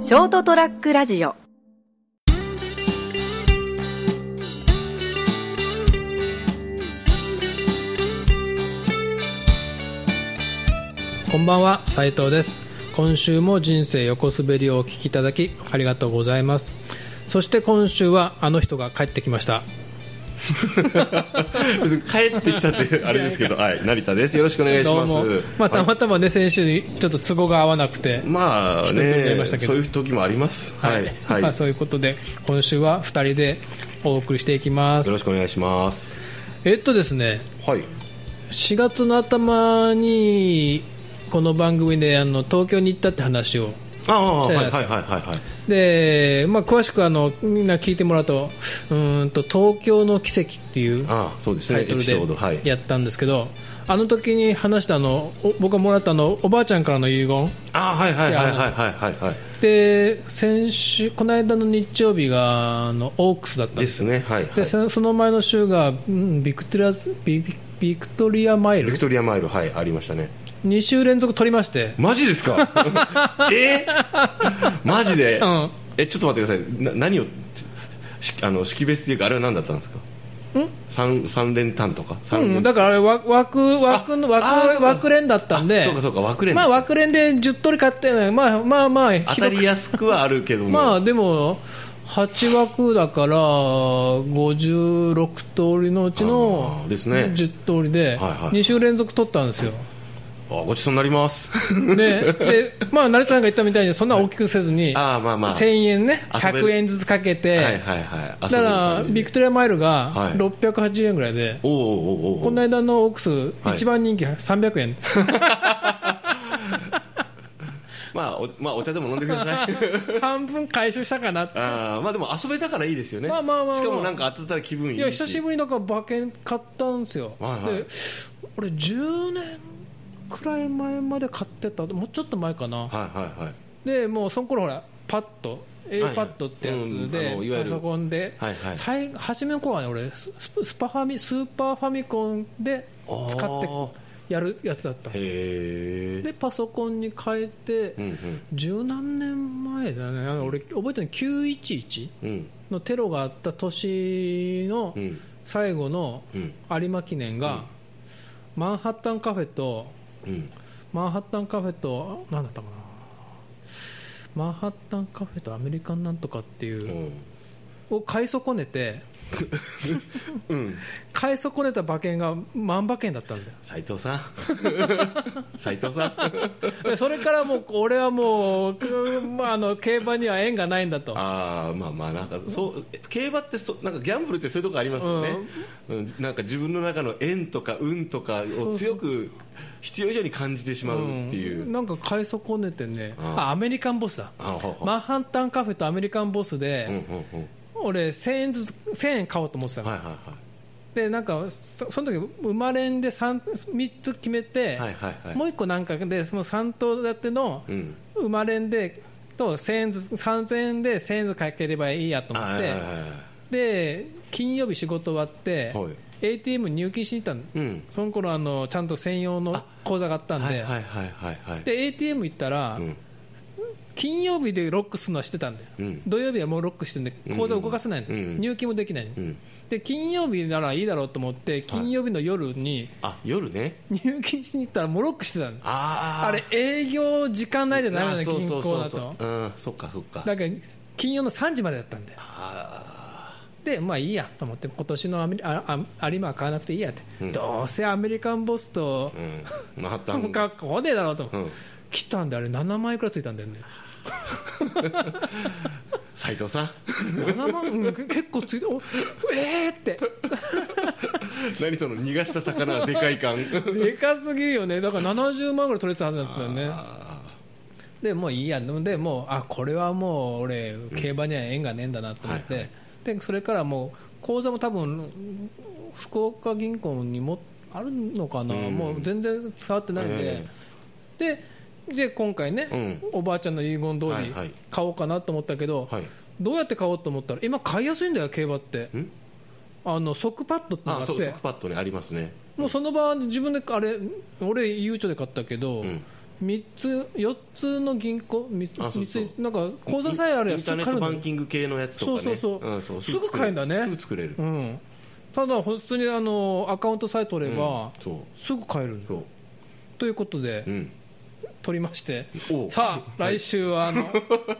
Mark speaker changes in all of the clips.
Speaker 1: ショートトラックラジオ
Speaker 2: こんばんは斉藤です今週も人生横滑りをお聞きいただきありがとうございますそして今週はあの人が帰ってきました
Speaker 3: 別に帰ってきたってあれで すけど、はい、成田です。よろしくお願いし
Speaker 2: ど
Speaker 3: ま
Speaker 2: う
Speaker 3: す。
Speaker 2: も、まあ、たまたまね、先週にちょっと都合が合わなくて、
Speaker 3: まあ
Speaker 2: 人になり
Speaker 3: ね、
Speaker 2: ましたけど
Speaker 3: そういう時もあります。はい、はい、
Speaker 2: まあ、そういうことで今週は2人でお送りしていきます
Speaker 3: よろしくお願いします。
Speaker 2: えっとですね
Speaker 3: はい、
Speaker 2: 4月の頭にこの番組であの東京に行ったって話を
Speaker 3: ああ、
Speaker 2: そう
Speaker 3: はい、
Speaker 2: な
Speaker 3: は
Speaker 2: ん
Speaker 3: い、
Speaker 2: です
Speaker 3: はい、
Speaker 2: よ
Speaker 3: はい、はい。
Speaker 2: で、まあ、詳しくあのみんな聞いてもらうと「うーんと東京の奇跡」っていう
Speaker 3: ああ、そうです
Speaker 2: タ
Speaker 3: ね。
Speaker 2: イ
Speaker 3: エ
Speaker 2: ト
Speaker 3: ピ
Speaker 2: ル
Speaker 3: ソード、はい。
Speaker 2: でやったんですけど、あの時に話したあのお僕がもらったあのおばあちゃんからの遺言
Speaker 3: ああ、はい、はい、はい、はい、はい、はい、はい。
Speaker 2: で先週この間の日曜日があのオークスだったんで
Speaker 3: ですすね、はい、は
Speaker 2: で
Speaker 3: い。
Speaker 2: そその前の週が、うんビクトリアズビビビクトリアマイ
Speaker 3: ビ
Speaker 2: ル
Speaker 3: クトリアマイル、はい、ありましたね。
Speaker 2: 2週連続取りまして、
Speaker 3: マジですか えマジで、
Speaker 2: うん
Speaker 3: え、ちょっと待ってください。な何を、しあの、識別っていうか、あれは何だったんですか三三連単とか三
Speaker 2: うん、
Speaker 3: 連単
Speaker 2: だからあれわ枠枠の
Speaker 3: ああーそ
Speaker 2: 枠
Speaker 3: うか
Speaker 2: 枠連だったんで
Speaker 3: そうかそうか枠連で
Speaker 2: ま
Speaker 3: し
Speaker 2: あ
Speaker 3: た
Speaker 2: 枠連で10取り買ってないまあまあまあ
Speaker 3: 当たりやすくはあるけども、
Speaker 2: まあでも8枠だから56通りのうちの
Speaker 3: あーですね
Speaker 2: 10通りで
Speaker 3: はいはい
Speaker 2: 2週連続取ったんですよ、
Speaker 3: あごちそうになります
Speaker 2: でで、まあ、成田さんが言ったみたいにそんな大きくせずに
Speaker 3: ああまあまあ
Speaker 2: 1000円ね
Speaker 3: 遊べる
Speaker 2: 100円ずつかけて、
Speaker 3: はいはいはい
Speaker 2: だからビクトリアマイルが
Speaker 3: はい
Speaker 2: 680円ぐらいで、
Speaker 3: おおおうおうおう
Speaker 2: この間のオークス
Speaker 3: はい
Speaker 2: 一番人気300円、
Speaker 3: まあお,、まあ、お茶でも飲んでください
Speaker 2: 半分回収したかなって
Speaker 3: あーまあでも遊べたからいいですよね
Speaker 2: まあまあまあまあ
Speaker 3: しかもなんか当たったら気分いいし
Speaker 2: いや久しぶりになんか馬券買ったんですよ、
Speaker 3: はいはい
Speaker 2: で俺10年くらい前まで買ってたもうちょっと前かな、
Speaker 3: はいはいはい
Speaker 2: でもうその頃ほらパッド
Speaker 3: いはい
Speaker 2: iPad ってやつ
Speaker 3: うんあのいわ
Speaker 2: で
Speaker 3: ゆ
Speaker 2: パ
Speaker 3: る
Speaker 2: ソコンで
Speaker 3: はいはい
Speaker 2: 最初めの頃はね俺ススパファミスーパーファミコンで使
Speaker 3: あー
Speaker 2: ってやるやつだった
Speaker 3: へえ
Speaker 2: でパソコンに変えて
Speaker 3: うんうん
Speaker 2: 十何年前だねあの俺覚えてるの911
Speaker 3: うん
Speaker 2: のテロがあった年の
Speaker 3: うん
Speaker 2: 最後の
Speaker 3: うん
Speaker 2: 有馬記念がマンハッタンカフェと
Speaker 3: うん
Speaker 2: マンハッタンカフェと何だったかなマンハッタンカフェとアメリカンなんとかっていうう、
Speaker 3: ん
Speaker 2: を買い損ねて
Speaker 3: うん
Speaker 2: 買い損ねた馬券が万馬券だったんだよ
Speaker 3: 斉藤さん 斉藤さん
Speaker 2: でそれからもう俺はもう、くまあ、あの競馬には縁がないんだと
Speaker 3: ああまあまあなんかそう競馬ってそなんかギャンブルってそういうとこありますよね、うんなんか自分の中の縁とか運とか
Speaker 2: そ
Speaker 3: を
Speaker 2: うそ
Speaker 3: 強く必要以上に感じてしまうっていう、
Speaker 2: んなんか買い損ねてね
Speaker 3: あ
Speaker 2: あアメリカンボスだ
Speaker 3: あほうほう
Speaker 2: マンハッタンカフェとアメリカンボス
Speaker 3: うんうん
Speaker 2: で、
Speaker 3: うん
Speaker 2: 俺1000円ずつ1000円買おうと思ってたの、
Speaker 3: はいはい
Speaker 2: でなんかそその時生まれんで 3, 3つ決めて、
Speaker 3: はいはいはい
Speaker 2: も
Speaker 3: は
Speaker 2: う1個なんかでその3等建ての
Speaker 3: いうん
Speaker 2: 生まれんでと1000円ずつ3000円で1000円ずつかければいいやと思っ
Speaker 3: あはいはいは
Speaker 2: てで金曜日仕事終わって、
Speaker 3: はい
Speaker 2: ATM 入金しに行ったの、
Speaker 3: いうん
Speaker 2: その頃あのちゃんと専用の口座があったんで,、
Speaker 3: はいはいはいはいはい
Speaker 2: で ATM 行ったら、
Speaker 3: うん
Speaker 2: 金曜日でロックするのはしてたんだよ、
Speaker 3: うん
Speaker 2: 土曜日はもうロックしてるんで口座動かせないの、
Speaker 3: うんうん
Speaker 2: 入金もできないの、
Speaker 3: うん
Speaker 2: で金曜日ならいいだろうと思って金曜日の夜に
Speaker 3: あ夜ね
Speaker 2: 入金しに行ったらもうロックしてたの
Speaker 3: あー
Speaker 2: あれ営業時間内じゃダメ
Speaker 3: あ
Speaker 2: なの
Speaker 3: ーそう
Speaker 2: 銀
Speaker 3: そう
Speaker 2: 行
Speaker 3: そう
Speaker 2: だ
Speaker 3: そう
Speaker 2: と
Speaker 3: うんそっかそっか
Speaker 2: だから金曜の3時までだったんだよ
Speaker 3: あ
Speaker 2: でまあいいやと思って今年のアメリああ有馬は買わなくていいやって、
Speaker 3: うん
Speaker 2: どうせアメリカンボスと
Speaker 3: ーうんま た
Speaker 2: もう学校ねえだろうと思って、
Speaker 3: うん
Speaker 2: 来たんであれ7万円くらいついたんだよね
Speaker 3: 斉藤さん
Speaker 2: 7万うん結構ついておえーって
Speaker 3: 何その逃がした魚はでか い感
Speaker 2: でかすぎるよねだから70万ぐらい取れてたはずだったよね
Speaker 3: あ
Speaker 2: でもういいやでもうあこれはもう俺競馬には縁がねえんだなと思って、
Speaker 3: はい
Speaker 2: でそれからもう口座も多分福岡銀行にもあるのかな、
Speaker 3: うん
Speaker 2: もう全然触ってないんで、でで今回ね、
Speaker 3: うん
Speaker 2: おばあちゃんの遺言通
Speaker 3: は
Speaker 2: り
Speaker 3: いはい
Speaker 2: 買おうかなと思ったけど、
Speaker 3: ーはい
Speaker 2: どうやって買おうと思ったら今買いやすいんだよ競馬って
Speaker 3: ん
Speaker 2: あの即パッドってのが
Speaker 3: あ
Speaker 2: あって
Speaker 3: そう即パッドねありますね
Speaker 2: もうその場自分であれ俺、ゆうちょで買ったけど、
Speaker 3: うん
Speaker 2: 3つ4つの銀行み
Speaker 3: あそうそう
Speaker 2: 三つなんか口座さえあるやつ
Speaker 3: インターネットバンキング系のやつとかね
Speaker 2: そうそうそうん
Speaker 3: そう
Speaker 2: すぐ買えんだね
Speaker 3: すぐ作れる、
Speaker 2: うん、ただ普通にあのアカウントさえ取れば、
Speaker 3: そう
Speaker 2: すぐ買える
Speaker 3: そう
Speaker 2: ということで、
Speaker 3: うん
Speaker 2: 取りまして
Speaker 3: おう
Speaker 2: さあ来週はあ の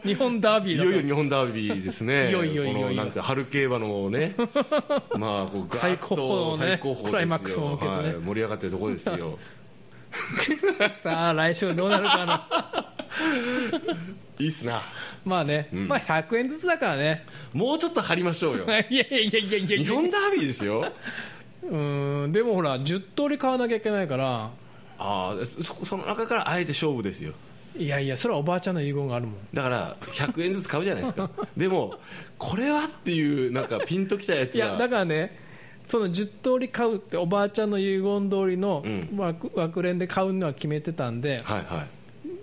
Speaker 2: 日本ダービ
Speaker 3: い
Speaker 2: ーだ
Speaker 3: よ
Speaker 2: と
Speaker 3: いよ日本ダービーです ね
Speaker 2: いよいよいよいよ
Speaker 3: このなんて春競馬のね まあこうガーッと
Speaker 2: 最高峰のね
Speaker 3: 最高峰ですよ
Speaker 2: クライマックスを受けてね
Speaker 3: はい盛り上がってるところですよ
Speaker 2: さあ来週はどうなるかな
Speaker 3: いいっすな
Speaker 2: まあね、まあ100円ずつだからね
Speaker 3: もうちょっと張りましょうよ
Speaker 2: いやいやいやいやいやい
Speaker 3: 日
Speaker 2: や
Speaker 3: 本ダービーですよ
Speaker 2: うーんでもほら10通り買わなきゃいけないから
Speaker 3: ああそその中からあえて勝負ですよ
Speaker 2: いやいやそれはおばあちゃんの遺言があるもん
Speaker 3: だから100円ずつ買うじゃないで すかでもこれはっていうなんかピンときたやつ
Speaker 2: い
Speaker 3: は
Speaker 2: やだからねその10通り買うっておばあちゃんの遺言通りの
Speaker 3: うん
Speaker 2: 枠,、枠連で買うのは決めてたんで
Speaker 3: はいはい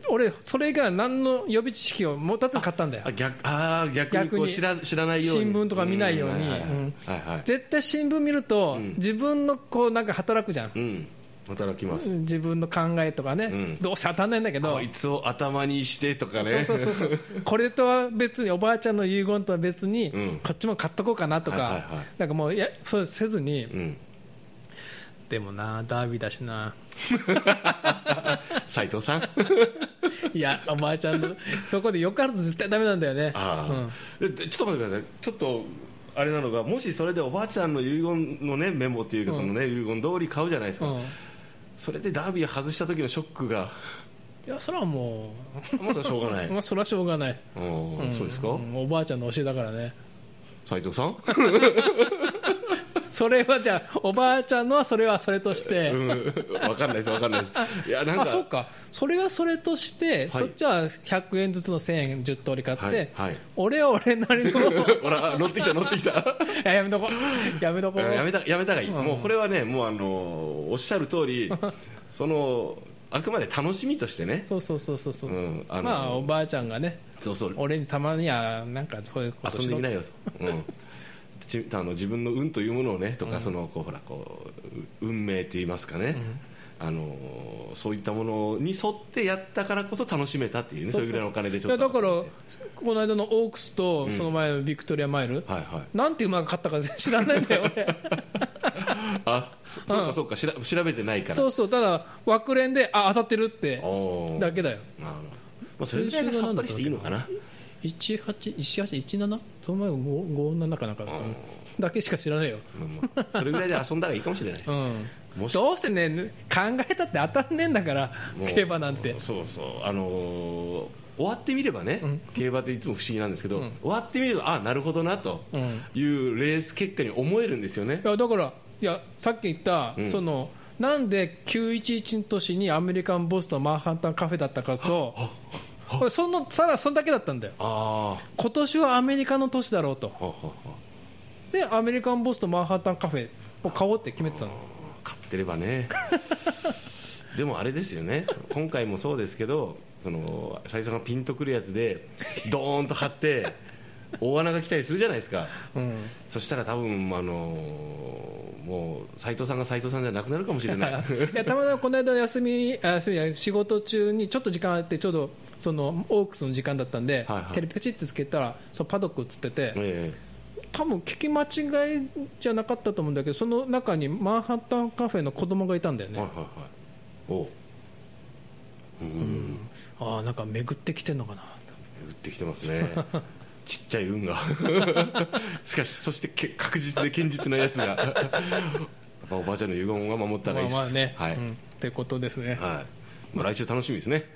Speaker 2: 俺それ以外は何の予備知識を持たず買ったんだよ
Speaker 3: あ逆あー逆にこ
Speaker 2: 逆
Speaker 3: う
Speaker 2: に
Speaker 3: 知ら知らないように
Speaker 2: 新聞とか見ないように
Speaker 3: んはいはいはい
Speaker 2: うん
Speaker 3: はいはい
Speaker 2: 絶対新聞見ると、
Speaker 3: ん
Speaker 2: 自分のこうなんか働くじゃん
Speaker 3: うん働きます、
Speaker 2: 自分の考えとかね、
Speaker 3: ん
Speaker 2: どうせ当たんないんだけど
Speaker 3: こいつを頭にしてとかね
Speaker 2: そうそう そうそうこれとは別におばあちゃんの遺言とは別に、
Speaker 3: うん
Speaker 2: こっちも買っとこうかなとか、
Speaker 3: はいはいはい
Speaker 2: なんかもういやそうせずに、
Speaker 3: うん
Speaker 2: でもなダービーだしな
Speaker 3: 斉藤さん
Speaker 2: いやおばあちゃんのそこでよかると絶対ダメなんだよね
Speaker 3: あー、えちょっと待ってくださいちょっとあれなのがもしそれでおばあちゃんの遺言のねメモっていうかそのね、遺言通り買うじゃないで
Speaker 2: う
Speaker 3: すか、
Speaker 2: ん、うん、い
Speaker 3: それでダービー外した時のショックが
Speaker 2: やそれはも
Speaker 3: まだしょうがな
Speaker 2: う、
Speaker 3: い
Speaker 2: まあ、それはし ょうがない、
Speaker 3: うんそうですか、
Speaker 2: うんおばあちゃんの教えだから ね
Speaker 3: 斉藤さん、
Speaker 2: それはじゃあおばあちゃんのはそれはそれとして、
Speaker 3: うん、分かんないです分かんないですいやなんか
Speaker 2: あそうかそれはそれとして、
Speaker 3: はい
Speaker 2: そっちは100円ずつの1000円10通り買って、
Speaker 3: はいはい
Speaker 2: 俺は俺なりの
Speaker 3: ほら乗ってきた乗ってきた
Speaker 2: いややめとこ やめとこ
Speaker 3: やめたやめたがいい、もうこれはねもうあのおっしゃる通 りそのあくまで楽しみとしてね
Speaker 2: そうそうそうそうそう、
Speaker 3: うんあの
Speaker 2: まあおばあちゃんがね
Speaker 3: そうそう
Speaker 2: 俺にたまにはなんかそういうこと
Speaker 3: 遊んで
Speaker 2: ろ
Speaker 3: みなよと、うん、ち あの自分の運というものをねとか、そのこうほらこうう運命といいますかね、あのそういったものに沿ってやったからこそ楽しめたっていうねそう
Speaker 2: う
Speaker 3: いうぐらいのお金でち
Speaker 2: い
Speaker 3: ょ
Speaker 2: や
Speaker 3: っと
Speaker 2: だから
Speaker 3: は
Speaker 2: この間のオークスとその前のビクトリアマイル、
Speaker 3: いはい
Speaker 2: なんて馬が勝ったか全然知らない んだよ俺
Speaker 3: あそ そうかそうかしら調べてないから
Speaker 2: そうそうただ枠連であ当たってるって
Speaker 3: おー
Speaker 2: だけだよ
Speaker 3: なるほどまあ、それぐらいがさっぱりしていいのかな
Speaker 2: 1817その前が57かなんかだったのだけしか知らないよ、
Speaker 3: まあまあそれぐらいで遊んだらいいかもしれないです、
Speaker 2: うん、
Speaker 3: もし
Speaker 2: どうせね考えたって当たんねえんだから
Speaker 3: もう
Speaker 2: 競馬なんて
Speaker 3: そうそうあのー終わってみればね、競馬っていつも不思議なんですけど、終わってみればあなるほどなというレース結果に思えるんですよね
Speaker 2: い、やだからいやさっき言った、そのなんで911の年にアメリカンボストンマンハッタンカフェだったかとこれそのさらそれだけだったんだよ
Speaker 3: あ
Speaker 2: 今年はアメリカの年だろうと
Speaker 3: あははは
Speaker 2: でアメリカンボストンマンハッタンカフェを買おうって決めてたの
Speaker 3: 買ってればね でもあれですよね今回もそうですけどその斉藤さんがピンとくるやつでドーンと張って大穴が来たりするじゃないですか
Speaker 2: うん
Speaker 3: そしたら多分あのーもう斉藤さんが斉藤さんじゃなくなるかもしれない
Speaker 2: いやたまたまこの間休み あ休みじゃない仕事中にちょっと時間あってちょうどそのオークスの時間だったんで、
Speaker 3: はいはい
Speaker 2: テレビペチってつけたらそのパドック映ってて、
Speaker 3: え
Speaker 2: 多分聞き間違いじゃなかったと思うんだけどその中にマンハッタンカフェの子供がいたんだよ
Speaker 3: え
Speaker 2: ね、
Speaker 3: はいはいはいおううん
Speaker 2: ああなんか巡ってきてんのかな
Speaker 3: 打ってきてます ねちっちゃい運がしかしそしてけ確実で堅実なやつ がやっぱおばあちゃんの遺言は守った方がいいです、
Speaker 2: まあまあね、
Speaker 3: はい、
Speaker 2: うんってことですね、
Speaker 3: はい、まあ、来週楽しみですね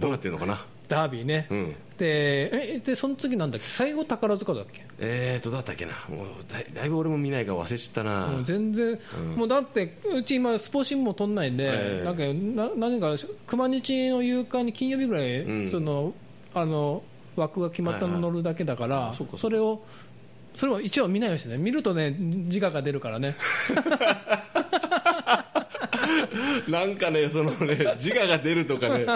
Speaker 3: どうなってるのかな
Speaker 2: ダービーね、
Speaker 3: うん
Speaker 2: でえでその次なんだっけ最後宝塚だっけ
Speaker 3: えーとどうだったっけなもうだいだいぶ俺も見ないから忘れちゃったな
Speaker 2: もう全然、もうだってうち今スポ新聞も取んないんで、
Speaker 3: ええ
Speaker 2: なんかな何か熊日の夕刊に金曜日ぐらい、
Speaker 3: うん
Speaker 2: そのあの枠が決まったの乗るだけだから、
Speaker 3: いあそうかそうか
Speaker 2: それをそれを一応見ないようにしてね見るとね自我が出るからね
Speaker 3: なんかねそのね自我が出るとかね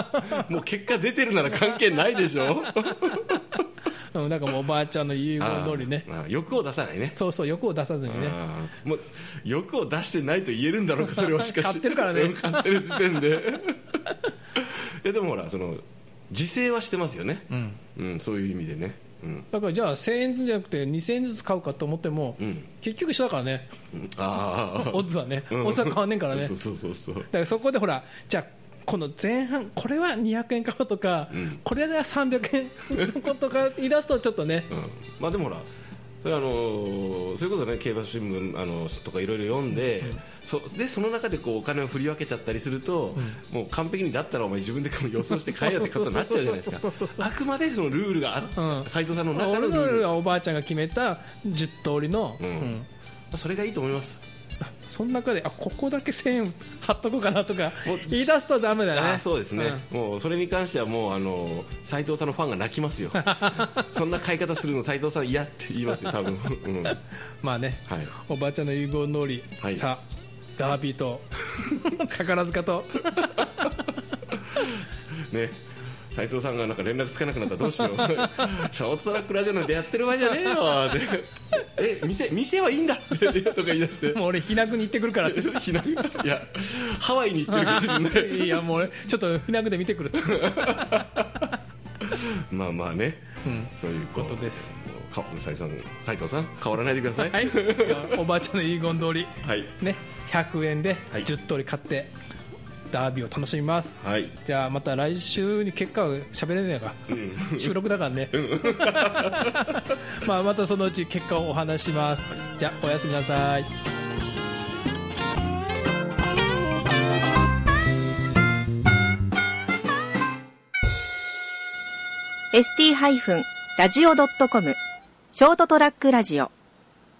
Speaker 3: もう結果出てるなら関係ないでし ょ
Speaker 2: うんなんかもうおばあちゃんの遺言通りね
Speaker 3: あーあー欲を出さないね
Speaker 2: そうそう欲を出さずにね
Speaker 3: あーもう欲 を出してないと言えるんだろうかそれはしかし
Speaker 2: 買ってるからね
Speaker 3: うん買ってる時点でいやでもほらその自制はしてますよね、
Speaker 2: うん、
Speaker 3: うん、そういう意味でね、うん
Speaker 2: だからじゃあ1000円ずつじゃなくて2000円ずつ買うかと思っても、
Speaker 3: うん
Speaker 2: 結局一緒だから ね
Speaker 3: うん、ああ
Speaker 2: オッズはね、
Speaker 3: うん
Speaker 2: オッズは変わんねえからね
Speaker 3: そうそうそうそう
Speaker 2: だからそこでほらじゃあこの前半これは200円買おうとか、
Speaker 3: うん
Speaker 2: これで300円のことか言い出すとちょっとね
Speaker 3: うんまあでもほらそれはあのーそれこそね競馬新聞あのとかいろいろ読んで、そでその中でこうお金を振り分けちゃったりすると、もう完璧にだったらお前自分でこの予想して買えよってことになっちゃうじゃないで
Speaker 2: そうそうそう
Speaker 3: す
Speaker 2: そうそうそう
Speaker 3: かあくまでそのルールがあ
Speaker 2: うん
Speaker 3: 斎、藤さんの中の
Speaker 2: 俺
Speaker 3: ルール
Speaker 2: のはおばあちゃんが決めた10通りの、
Speaker 3: うん
Speaker 2: うん
Speaker 3: それがいいと思います、
Speaker 2: その中であここだけ1000円貼っとこうかなとか
Speaker 3: もう
Speaker 2: 言い出すとダメだ
Speaker 3: あ
Speaker 2: ね
Speaker 3: あそうですね、もうそれに関してはもうあの斉藤さんのファンが泣きますよそんな買い方するの斉藤さん嫌って言いますよ多分、うん、はい
Speaker 2: うんまあねおばあちゃんの遺言通り、
Speaker 3: はい
Speaker 2: さあダービーと 宝塚と
Speaker 3: ね斉藤さんがなんか連絡つかなくなったらどうしよ うショートトラックラジオなんてやってる場合じゃねえよってえ店店はいいんだってとか言い出して
Speaker 2: もう俺ひなくに行ってくるからって
Speaker 3: ひないやハワイに行ってるかもしれない
Speaker 2: いやもう俺ちょっとひなくで見てくるって
Speaker 3: まあまあね、
Speaker 2: ん
Speaker 3: そういうこ
Speaker 2: こととです
Speaker 3: か斉藤さん斉藤さん変わらないでください
Speaker 2: はい、おばあちゃんの遺言通り、
Speaker 3: はい
Speaker 2: ね、100円で
Speaker 3: はい
Speaker 2: 10通り買って、ダービーを楽しみます。
Speaker 3: はい
Speaker 2: じゃあまた来週に結果は喋れねえか、
Speaker 3: う
Speaker 2: 収録だからね、 まあまたそのうち結果をお話ししますじゃあおやすみなさい
Speaker 1: ST-radio.com ショートトラックラジオ